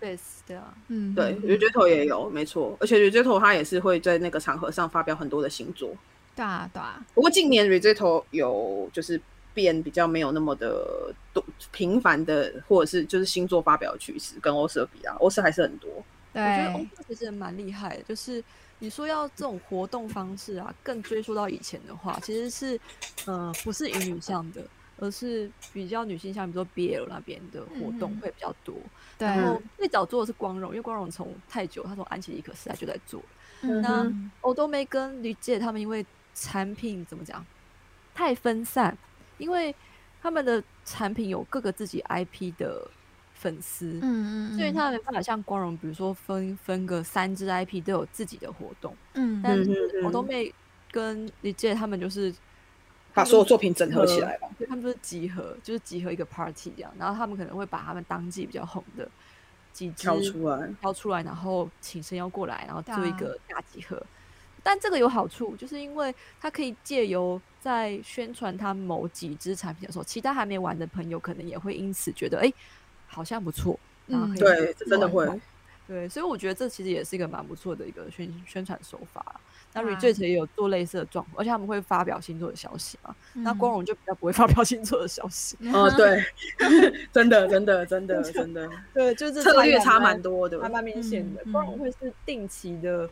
[SPEAKER 2] Face，对啊，
[SPEAKER 1] 嗯，
[SPEAKER 3] 对
[SPEAKER 1] 嗯，
[SPEAKER 3] 绝绝头也有，没错，而且绝绝头他也是会在那个场合上发表很多的新作。
[SPEAKER 1] 对啊对啊，
[SPEAKER 3] 不过近年 r e j e t o 有就是变比较没有那么的多频繁的，或者是就是星座发表的趋势，跟欧社比啊，欧社还是很多。
[SPEAKER 2] 我觉得哦欧
[SPEAKER 1] 对，
[SPEAKER 2] 洲其实也蛮厉害的，就是你说要这种活动方式啊，更追溯到以前的话，其实是呃不是以女向的，而是比较女性向，比如说 BL 那边的活动
[SPEAKER 1] 嗯嗯
[SPEAKER 2] 会比较多。
[SPEAKER 1] 对，
[SPEAKER 2] 然后最早做的是光荣，因为光荣从太久，他从安琪丽可时代就在做了。
[SPEAKER 1] 嗯
[SPEAKER 2] 那
[SPEAKER 1] 嗯
[SPEAKER 2] 欧多梅跟吕姐他们因为产品怎么讲太分散，因为他们的产品有各个自己 IP 的粉丝，
[SPEAKER 1] 嗯嗯，
[SPEAKER 2] 所以他没办法像光荣，比如说分分个三支 IP 都有自己的活动，
[SPEAKER 1] 嗯
[SPEAKER 2] 但
[SPEAKER 3] 嗯
[SPEAKER 2] 是
[SPEAKER 3] 嗯
[SPEAKER 2] 欧多妹跟李姐他们就是
[SPEAKER 3] 把所有作品整合起来吧。
[SPEAKER 2] 对他们就是集合，就是集合一个 party 这样，然后他们可能会把他们当季比较红的几支
[SPEAKER 3] 挑出来，
[SPEAKER 2] 挑出来，然后请声优过来，然后
[SPEAKER 1] 对
[SPEAKER 2] 做一
[SPEAKER 1] 啊
[SPEAKER 2] 个大集合。但这个有好处，就是因为它可以借由在宣传它某几支产品的时候，其他还没玩的朋友可能也会因此觉得，哎、好像不错。然后
[SPEAKER 1] 嗯
[SPEAKER 2] 可以
[SPEAKER 3] 对，这真的会。
[SPEAKER 2] 对，所以我觉得这其实也是一个蛮不错的一个宣宣传手法啦。那
[SPEAKER 1] 对啊
[SPEAKER 2] Reject 也有做类似的状况，而且他们会发表星座的消息嘛。那光
[SPEAKER 1] 荣，
[SPEAKER 2] 荣就比较不会发表 [laughs] 星座的消息。
[SPEAKER 1] 嗯
[SPEAKER 3] 哦，对， [laughs] 真的，真的，真
[SPEAKER 1] [laughs]
[SPEAKER 3] 的，真的，
[SPEAKER 2] 对，就是
[SPEAKER 3] 策略差蛮多的。
[SPEAKER 2] 还蛮明显的。
[SPEAKER 1] 嗯
[SPEAKER 2] 光荣
[SPEAKER 1] 嗯
[SPEAKER 2] 会是定期的，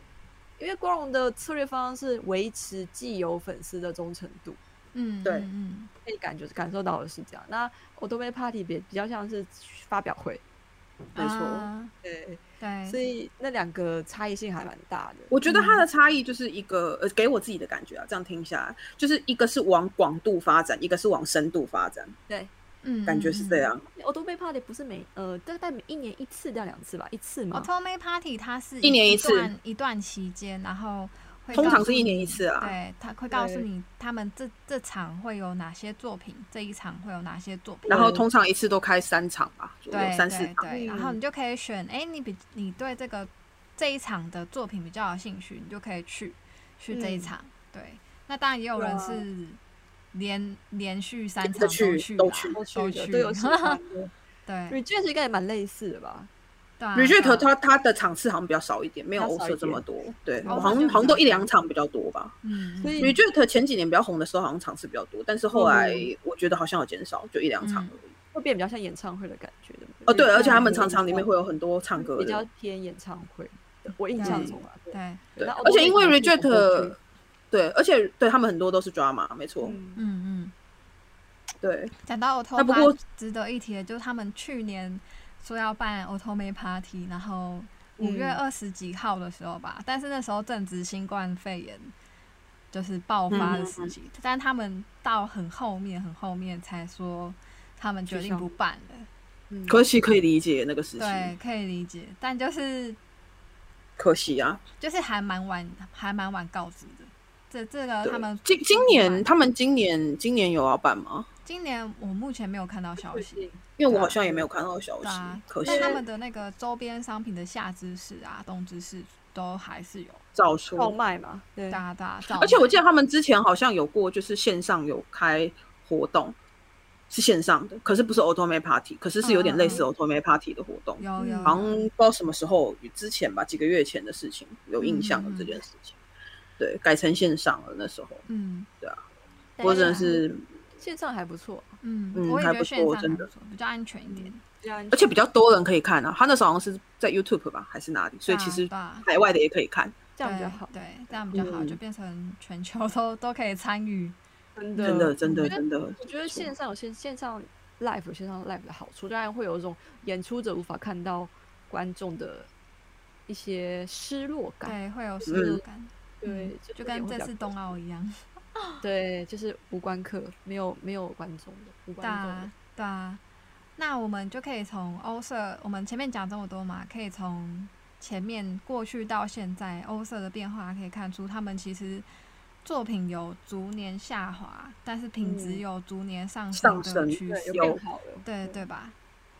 [SPEAKER 2] 因为光荣的策略方式是维持既有粉丝的忠诚度，
[SPEAKER 1] 嗯，
[SPEAKER 3] 对
[SPEAKER 1] 嗯
[SPEAKER 2] 可以感觉感受到的是这样。那 o t o m a Party 比比较像是发表会，
[SPEAKER 1] 嗯，
[SPEAKER 3] 没错
[SPEAKER 1] 啊
[SPEAKER 2] 对，
[SPEAKER 1] 对，
[SPEAKER 2] 所以那两个差异性还蛮大的。
[SPEAKER 3] 我觉得
[SPEAKER 1] 嗯
[SPEAKER 3] 它的差异就是一个，呃，给我自己的感觉啊，这样听下来，就是一个是往广度发展，一个是往深度发展，
[SPEAKER 2] 对
[SPEAKER 1] 嗯
[SPEAKER 3] 感觉是这。样。
[SPEAKER 2] o t o m a Party 不是每呃大概每一年一次到两次吧，一次嘛。
[SPEAKER 1] Automate 哦 Party 它是
[SPEAKER 3] 一年一次
[SPEAKER 1] 段一段期间，然后会
[SPEAKER 3] 通
[SPEAKER 1] 告
[SPEAKER 3] 常
[SPEAKER 1] 诉
[SPEAKER 3] 是一年
[SPEAKER 1] 你
[SPEAKER 3] 一次啊
[SPEAKER 1] 对，他会告诉
[SPEAKER 2] 对
[SPEAKER 1] 你他们这这场会有哪些作品，这一场会有哪些作品，
[SPEAKER 3] 然后通常一次都开三场吧，左右
[SPEAKER 1] 对
[SPEAKER 3] 三四
[SPEAKER 1] 对
[SPEAKER 3] 场。嗯
[SPEAKER 1] 对，然后你就可以选，哎，你比你对这个这一场的作品比较有兴趣，你就可以去去这一
[SPEAKER 2] 嗯
[SPEAKER 1] 场。对，那当然也有人
[SPEAKER 2] 对啊
[SPEAKER 1] 是连连续三
[SPEAKER 3] 连
[SPEAKER 1] 场
[SPEAKER 3] 着去都
[SPEAKER 1] 啦
[SPEAKER 3] 去
[SPEAKER 2] 都去
[SPEAKER 1] 都
[SPEAKER 2] 的
[SPEAKER 1] 去
[SPEAKER 2] 都有喜欢 [laughs] 的
[SPEAKER 1] 对
[SPEAKER 2] ，Reject 应该也蛮类似的吧？
[SPEAKER 1] 对啊
[SPEAKER 3] r e j e
[SPEAKER 1] 对
[SPEAKER 3] t
[SPEAKER 1] 啊
[SPEAKER 3] 它它的场次好像比较少一点，没有
[SPEAKER 2] 比较
[SPEAKER 3] 欧
[SPEAKER 2] 少
[SPEAKER 3] 社
[SPEAKER 2] 一
[SPEAKER 3] 这么
[SPEAKER 2] 点
[SPEAKER 3] 多。对，
[SPEAKER 1] 欧
[SPEAKER 3] 好
[SPEAKER 1] 社
[SPEAKER 3] 像
[SPEAKER 1] 就哦比较
[SPEAKER 3] 好像都一
[SPEAKER 1] 少
[SPEAKER 3] 两场比较多吧。
[SPEAKER 1] 嗯，嗯
[SPEAKER 2] 所以
[SPEAKER 3] r e j e t 前几年比较红的时候，好像场次比较多，但是后来我觉得好像有减少，就一两场
[SPEAKER 1] 嗯
[SPEAKER 3] 而已。
[SPEAKER 2] 会变比较像演唱会的感觉，对
[SPEAKER 3] 哦，
[SPEAKER 2] 不对？
[SPEAKER 3] 对，
[SPEAKER 2] 就是
[SPEAKER 3] 而且他们
[SPEAKER 2] 比较
[SPEAKER 3] 常常里面会有很多唱歌
[SPEAKER 2] 比
[SPEAKER 3] 的
[SPEAKER 2] 较偏演唱会的，我印象中啊，对
[SPEAKER 1] 对，嗯
[SPEAKER 3] 对，
[SPEAKER 2] 那
[SPEAKER 3] 而且因为
[SPEAKER 2] Automate 可能是我过
[SPEAKER 3] reject，
[SPEAKER 2] 去
[SPEAKER 3] 对，而且对他们很多都是 drama，没错，
[SPEAKER 2] 嗯
[SPEAKER 1] 嗯嗯。
[SPEAKER 3] 对，
[SPEAKER 1] 讲到 Auto，
[SPEAKER 3] 那不过
[SPEAKER 1] 值得一提的就是他们去年说要办 Auto May Party，然后五月
[SPEAKER 2] 嗯
[SPEAKER 1] 二十几号的时候吧，但是那时候正值新冠肺炎
[SPEAKER 3] 嗯
[SPEAKER 1] 就是爆发的时期，但他们到很后面很后面才说。他们决定
[SPEAKER 2] 取消
[SPEAKER 1] 不办了。
[SPEAKER 2] 嗯
[SPEAKER 3] 可惜可以理解那个时期，
[SPEAKER 1] 对，可以理解，但就是
[SPEAKER 3] 可惜啊。
[SPEAKER 1] 就是还蛮晚，还蛮晚告知的。这这个
[SPEAKER 3] 对
[SPEAKER 1] 他们
[SPEAKER 3] 今今年他们今年今年有要办吗？
[SPEAKER 1] 今年我目前没有看到消息，
[SPEAKER 3] 因为我
[SPEAKER 1] 对啊
[SPEAKER 3] 好像也没有看到消
[SPEAKER 1] 对
[SPEAKER 3] 息
[SPEAKER 1] 啊，，
[SPEAKER 3] 可惜
[SPEAKER 1] 但他们的那个周边商品的下肢式啊、动姿势都还是有，
[SPEAKER 3] 早说。
[SPEAKER 1] 哦
[SPEAKER 2] 爆卖嘛，对，
[SPEAKER 1] 大大照。
[SPEAKER 3] 而且我记得他们之前好像有过，就是线上有开活动，是线上的，可是不是 Automate Party，可是是有点类似 Automate Party 的活动，
[SPEAKER 1] 嗯有有
[SPEAKER 3] 嗯好像不知道什么时候之前吧，几个月前的事情，有印象
[SPEAKER 1] 嗯
[SPEAKER 3] 的
[SPEAKER 1] 嗯嗯
[SPEAKER 3] 这件事情。对，改成线上了那时候，
[SPEAKER 1] 嗯
[SPEAKER 3] 不过真的是，
[SPEAKER 2] 线上还不错，
[SPEAKER 1] 嗯，
[SPEAKER 3] 嗯
[SPEAKER 1] 我也觉
[SPEAKER 3] 还
[SPEAKER 1] 得
[SPEAKER 3] 不
[SPEAKER 1] 线
[SPEAKER 3] 错
[SPEAKER 1] 上还
[SPEAKER 3] 真
[SPEAKER 1] 不
[SPEAKER 3] 的嗯
[SPEAKER 1] 错，比较安全一点。
[SPEAKER 2] 而
[SPEAKER 3] 而且比较多人可以看啊。他那时候好像是在 YouTube 吧，还是哪里，所以其实
[SPEAKER 1] 对啊
[SPEAKER 3] 海外的也可以看。
[SPEAKER 2] [laughs] 这样比较
[SPEAKER 1] 对
[SPEAKER 2] 好，
[SPEAKER 1] 对，这样比较好，
[SPEAKER 3] 嗯
[SPEAKER 1] 就变成全球都都可以参与。
[SPEAKER 2] 真
[SPEAKER 3] 真的，真的，
[SPEAKER 2] 我觉得
[SPEAKER 3] 真的，
[SPEAKER 2] 我觉得线上有线线上 live 有线上 live 的好处，当然会有一种演出者无法看到观众的一些失落感，
[SPEAKER 1] 对，会有失落
[SPEAKER 3] 嗯
[SPEAKER 1] 感，
[SPEAKER 2] 对，就
[SPEAKER 1] 就跟这次冬
[SPEAKER 2] 奥，
[SPEAKER 1] 奥一样。
[SPEAKER 2] 对，就是无关客，没有没有观众的，无
[SPEAKER 1] 对
[SPEAKER 2] 观众的
[SPEAKER 1] 啊，对啊。那我们就可以从欧社，我们前面讲这么多嘛，可以从前面过去到现在欧社的变化，可以看出他们其实作品有逐年下滑，但是品质
[SPEAKER 2] 嗯
[SPEAKER 1] 有逐年上
[SPEAKER 3] 上
[SPEAKER 1] 的
[SPEAKER 3] 升
[SPEAKER 1] 趋
[SPEAKER 2] 对，
[SPEAKER 1] 势
[SPEAKER 2] 有，
[SPEAKER 3] 有
[SPEAKER 2] 变好了，
[SPEAKER 1] 对对吧？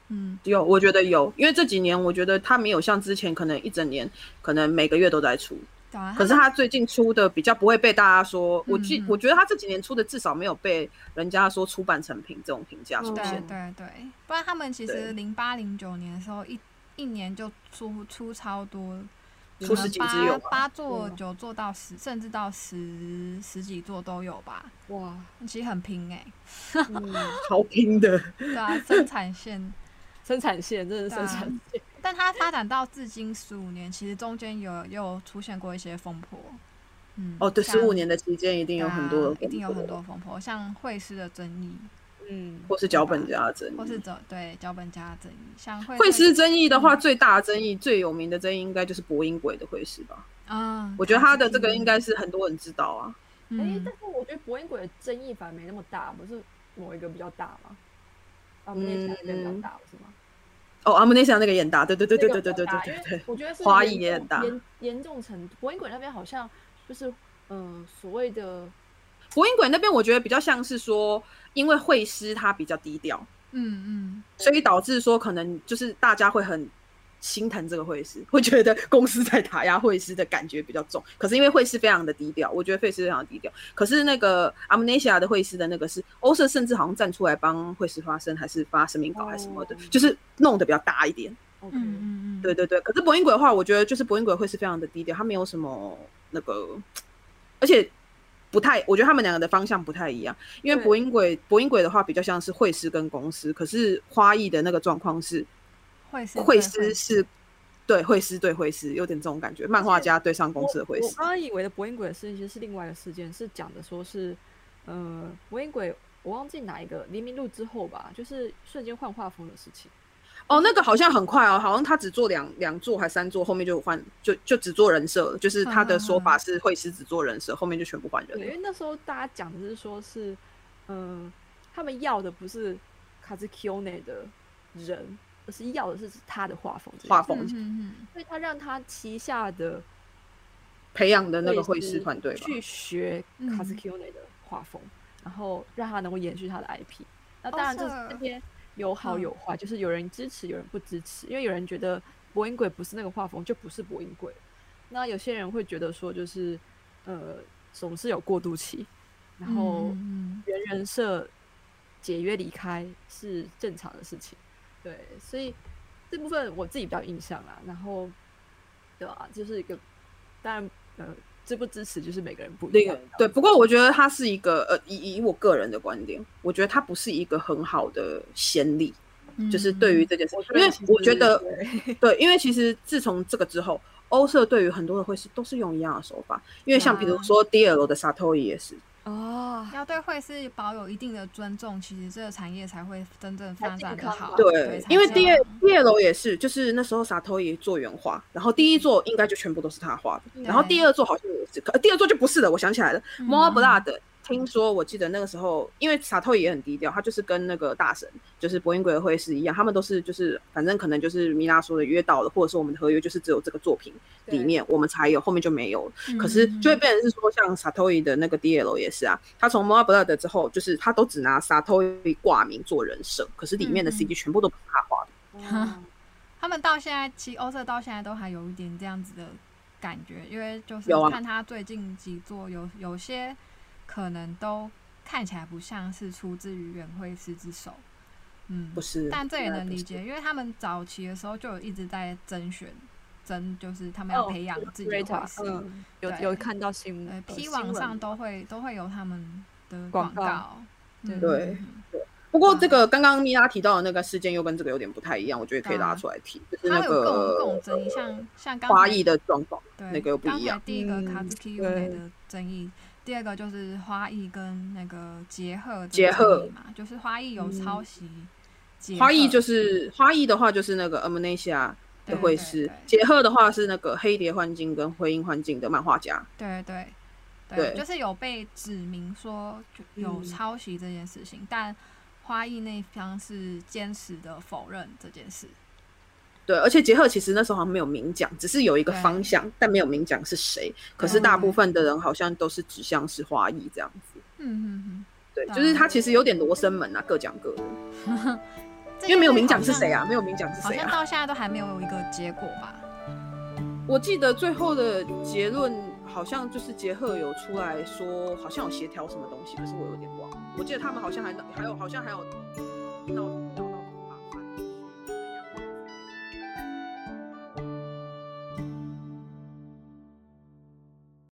[SPEAKER 1] 嗯，
[SPEAKER 3] 有，我觉得有，因为这几年我觉得他没有像之前可能一整年，可能每个月都在出，
[SPEAKER 1] 对啊。
[SPEAKER 3] 可是他最近出的比较不会被大家说，我记
[SPEAKER 1] 嗯嗯
[SPEAKER 3] 我觉得他这几年出的至少没有被人家说出版成品这种评价出
[SPEAKER 2] 嗯
[SPEAKER 1] 哦对
[SPEAKER 3] 现。
[SPEAKER 1] 对对，不然他们其实
[SPEAKER 3] 对
[SPEAKER 1] 零八零九年的时候一一年就出出超多，
[SPEAKER 3] 出
[SPEAKER 1] 可能
[SPEAKER 3] 十几
[SPEAKER 1] 八
[SPEAKER 3] 只有吧啊
[SPEAKER 1] 八座、
[SPEAKER 2] 嗯
[SPEAKER 1] 九座到十，甚至到十十几座都有吧。
[SPEAKER 2] 哇，
[SPEAKER 1] 其实很拼哎、
[SPEAKER 2] 嗯，
[SPEAKER 3] 超拼的，
[SPEAKER 1] 对啊，生产线。
[SPEAKER 2] 生产线真的是
[SPEAKER 1] 对啊
[SPEAKER 2] 生产线，
[SPEAKER 1] 但它发展到至今十五年，其实中间有有出现过一些风波。嗯，
[SPEAKER 3] 哦，对，
[SPEAKER 1] 像
[SPEAKER 3] 十五年的期间一
[SPEAKER 1] 对
[SPEAKER 3] 定有很多
[SPEAKER 1] 啊，
[SPEAKER 3] 的，
[SPEAKER 1] 一定有很，多风波，像会师的争议，
[SPEAKER 2] 嗯，
[SPEAKER 3] 或是脚本家争
[SPEAKER 1] 或是
[SPEAKER 3] 议。
[SPEAKER 1] 走对脚本家的争议，像会
[SPEAKER 3] 会师
[SPEAKER 1] 师，
[SPEAKER 3] 争议的话，最大的争议、最有名的争议应该就是博音鬼的会师吧？
[SPEAKER 1] 嗯，
[SPEAKER 3] 我觉得他的这个
[SPEAKER 1] 卡兹基
[SPEAKER 3] 应该是很多人知道啊。
[SPEAKER 2] 哎、
[SPEAKER 1] 嗯
[SPEAKER 2] 但是我觉得博音鬼的争议反而没那么大，不是某一个比较大吗？啊，我们那
[SPEAKER 3] 嗯
[SPEAKER 2] 边比较大，是吗？
[SPEAKER 3] 哦，阿姆内想那个眼大，对对对对
[SPEAKER 2] 那
[SPEAKER 3] 对
[SPEAKER 2] 个
[SPEAKER 3] 对对
[SPEAKER 2] 比
[SPEAKER 3] 对
[SPEAKER 2] 较大
[SPEAKER 3] 对
[SPEAKER 2] 因
[SPEAKER 3] 对
[SPEAKER 2] 为。我觉得是
[SPEAKER 3] 华
[SPEAKER 2] 严
[SPEAKER 3] 裔也
[SPEAKER 2] 重
[SPEAKER 3] 很大
[SPEAKER 2] 严严重程度。博音鬼那边好像就是嗯、呃所谓的
[SPEAKER 3] 火影鬼那边，我觉得比较像是说，因为会师他比较低调，
[SPEAKER 1] 嗯嗯，
[SPEAKER 3] 所以导致说可能就是大家会很心疼这个会师，会觉得公司在打压会师的感觉比较重。可是因为会师非常的低调，我觉得会师非常的低调。可是那个 Amnesia 的会师的那个是欧社，甚至好像站出来帮会师发声，还是发声明稿还是什么的
[SPEAKER 2] 哦
[SPEAKER 3] 就是弄得比较大一点。
[SPEAKER 2] OK，、
[SPEAKER 1] 嗯嗯嗯，
[SPEAKER 3] 对对对，可是博音鬼的话，我觉得就是博音鬼会是非常的低调，他没有什么那个，而且不太，我觉得他们两个的方向不太一样，因为
[SPEAKER 2] 对
[SPEAKER 3] 博音鬼博音鬼的话比较像是会师跟公司，可是花艺的那个状况是
[SPEAKER 1] 会师
[SPEAKER 3] 会
[SPEAKER 1] 对
[SPEAKER 3] 师是对会师对会师，有点这种感觉，漫画家对上公司的会
[SPEAKER 2] 我
[SPEAKER 3] 师，
[SPEAKER 2] 刚刚以为的博音鬼的事情其实是另外一个事件，是讲的说是呃博音鬼，我忘记哪一个黎明路之后吧，就是瞬间换画风的事情。
[SPEAKER 3] 哦，那个好像很快哦，好像他只做两两座还三座，后面就换就就只做人设了，就是他的说法是会师只做人设，后面就全部换人
[SPEAKER 2] 嗯对，因
[SPEAKER 3] 了。
[SPEAKER 2] 为那时候大家讲的是说是，呃，他们要的不是卡兹 Q 内的人，而是要的是他的画风这件事。
[SPEAKER 3] 画风
[SPEAKER 1] 嗯嗯嗯，
[SPEAKER 2] 所以他让他旗下的
[SPEAKER 3] 培养的那个会
[SPEAKER 2] 绘
[SPEAKER 3] 师团队吧，
[SPEAKER 2] 去学
[SPEAKER 1] 嗯
[SPEAKER 2] 卡兹 Q 内的画风，然后让他能够延续他的 IP。那当
[SPEAKER 1] 哦
[SPEAKER 2] 然，这
[SPEAKER 1] 是嗯
[SPEAKER 2] 这些有好有坏，就是有人支持，有人不支持，因为有人觉得博音鬼不是那个画风，就不是博音鬼。那有些人会觉得说，就是呃，总是有过渡期，然后。
[SPEAKER 1] 嗯嗯
[SPEAKER 2] 原人设解约离开是正常的事情，对，所以这部分我自己比较有印象啦。然后，对啊，就是一个，当然，呃，支不支持就是每个人不一
[SPEAKER 3] 那
[SPEAKER 2] 样
[SPEAKER 3] 个。对，不过我觉得它是一个呃，以以我个人的观点，我觉得它不是一个很好的先例，
[SPEAKER 1] 嗯
[SPEAKER 3] 就是对于这件事，因为
[SPEAKER 2] 其
[SPEAKER 3] 我
[SPEAKER 2] 实
[SPEAKER 3] 觉得
[SPEAKER 2] 对
[SPEAKER 3] 对，因为其实自从这个之后，欧社对于很多的会师都是用一样的手法，因为像比如说 D L 的 Satori 也是，
[SPEAKER 2] 啊，
[SPEAKER 1] 要对会是保有一定的尊重，其实这个产业才会真正发展的好。
[SPEAKER 3] 对，因为 D
[SPEAKER 1] 第
[SPEAKER 3] L D L 也是，就是那时候 Satori 做原画，然后第一座应该就全部都是他画的，然后第二座好像也是，可呃第二座就不是了，我想起来了，More
[SPEAKER 1] 嗯
[SPEAKER 3] Blood 听说，我记得那个时候，因为傻透也很低调，他就是跟那个大神，就是博音鬼会是一样，他们都是就是反正可能就是米拉说的约到了，或者是我们的合约就是只有这个作品里面我们才有，后面就没有了。
[SPEAKER 1] 嗯
[SPEAKER 3] 可是就会变成是说，像 Satori 的那个 DL 也是啊，他从 m o b l o o d 之后，就是他都只拿 Satori 挂名做人设，可是里面
[SPEAKER 1] 嗯
[SPEAKER 3] 的
[SPEAKER 1] 嗯
[SPEAKER 3] CD 全部都不是他画的。
[SPEAKER 1] 他们到现在，其实欧瑟到现在都还有一点这样子的感觉，因为就是
[SPEAKER 3] 有啊
[SPEAKER 1] 看他最近几作有有些可能都看起来不像是出自于远惠师之手，嗯，
[SPEAKER 3] 不是，
[SPEAKER 1] 但这也
[SPEAKER 3] 原来
[SPEAKER 1] 能
[SPEAKER 3] 不
[SPEAKER 1] 理
[SPEAKER 3] 是
[SPEAKER 1] 解，因为他们早期的时候就有一直在甄选，甄就是他们要
[SPEAKER 2] 哦
[SPEAKER 1] 培养 [laughs] 自己的画
[SPEAKER 2] Rita，
[SPEAKER 1] 师，
[SPEAKER 2] 嗯，有
[SPEAKER 1] 对
[SPEAKER 2] 有看到新
[SPEAKER 1] 呃
[SPEAKER 2] 呃
[SPEAKER 1] ，P
[SPEAKER 2] 新
[SPEAKER 1] 网
[SPEAKER 2] 闻
[SPEAKER 1] 上都会都会有他们的
[SPEAKER 2] 广告
[SPEAKER 1] 告，嗯
[SPEAKER 3] 对
[SPEAKER 1] 嗯嗯
[SPEAKER 3] 不过这个刚刚米拉提到的那个事件又跟这个有点不太一样，我觉得可以拉出来提，就是
[SPEAKER 1] 嗯它
[SPEAKER 3] 那
[SPEAKER 1] 有
[SPEAKER 3] 个
[SPEAKER 1] 共共争议，像像刚
[SPEAKER 3] 花
[SPEAKER 1] 才
[SPEAKER 3] 艺的状况。
[SPEAKER 1] 对
[SPEAKER 3] 那个又不
[SPEAKER 1] 刚
[SPEAKER 3] 一样
[SPEAKER 1] 才第一个
[SPEAKER 2] 嗯
[SPEAKER 1] Kazuki
[SPEAKER 2] 对
[SPEAKER 1] Une 的争议，第二个就是花艺跟那个杰赫的
[SPEAKER 3] 杰赫
[SPEAKER 1] 争议嘛，就是花艺有抄袭杰赫，
[SPEAKER 3] 嗯花艺就是花艺的话，就是那个 Amnesia 的绘师；
[SPEAKER 1] 嗯对
[SPEAKER 3] 杰赫的话是那个黑蝶幻境跟灰鹰幻境的漫画家。
[SPEAKER 1] 对对对
[SPEAKER 3] 对
[SPEAKER 1] 对，就是有被指明说就有
[SPEAKER 3] 嗯
[SPEAKER 1] 抄袭这件事情，但花艺那一方是坚持的否认这件事，
[SPEAKER 3] 对，而且杰赫其实那时候好像没有明讲，只是有一个方向，但没有明讲是谁。可
[SPEAKER 1] 嗯
[SPEAKER 3] 是大部分的人好像都是指向是花艺这样子。
[SPEAKER 1] 嗯嗯
[SPEAKER 3] 对，
[SPEAKER 1] 对
[SPEAKER 3] 就是他其实有点罗生门啊，各讲各的，
[SPEAKER 1] 嗯，这
[SPEAKER 3] 因为没有明讲
[SPEAKER 1] 好
[SPEAKER 3] 是
[SPEAKER 1] 像
[SPEAKER 3] 谁，啊，没有明讲是
[SPEAKER 1] 好
[SPEAKER 3] 谁
[SPEAKER 1] 像
[SPEAKER 3] 啊。
[SPEAKER 1] 到现在都还没有一个结果吧。
[SPEAKER 3] 我记得最后的结论好像就是杰赫有出来说，好像有协调什么东西，可是我有点忘了。我记得他们好像还闹还有好像还有闹闹。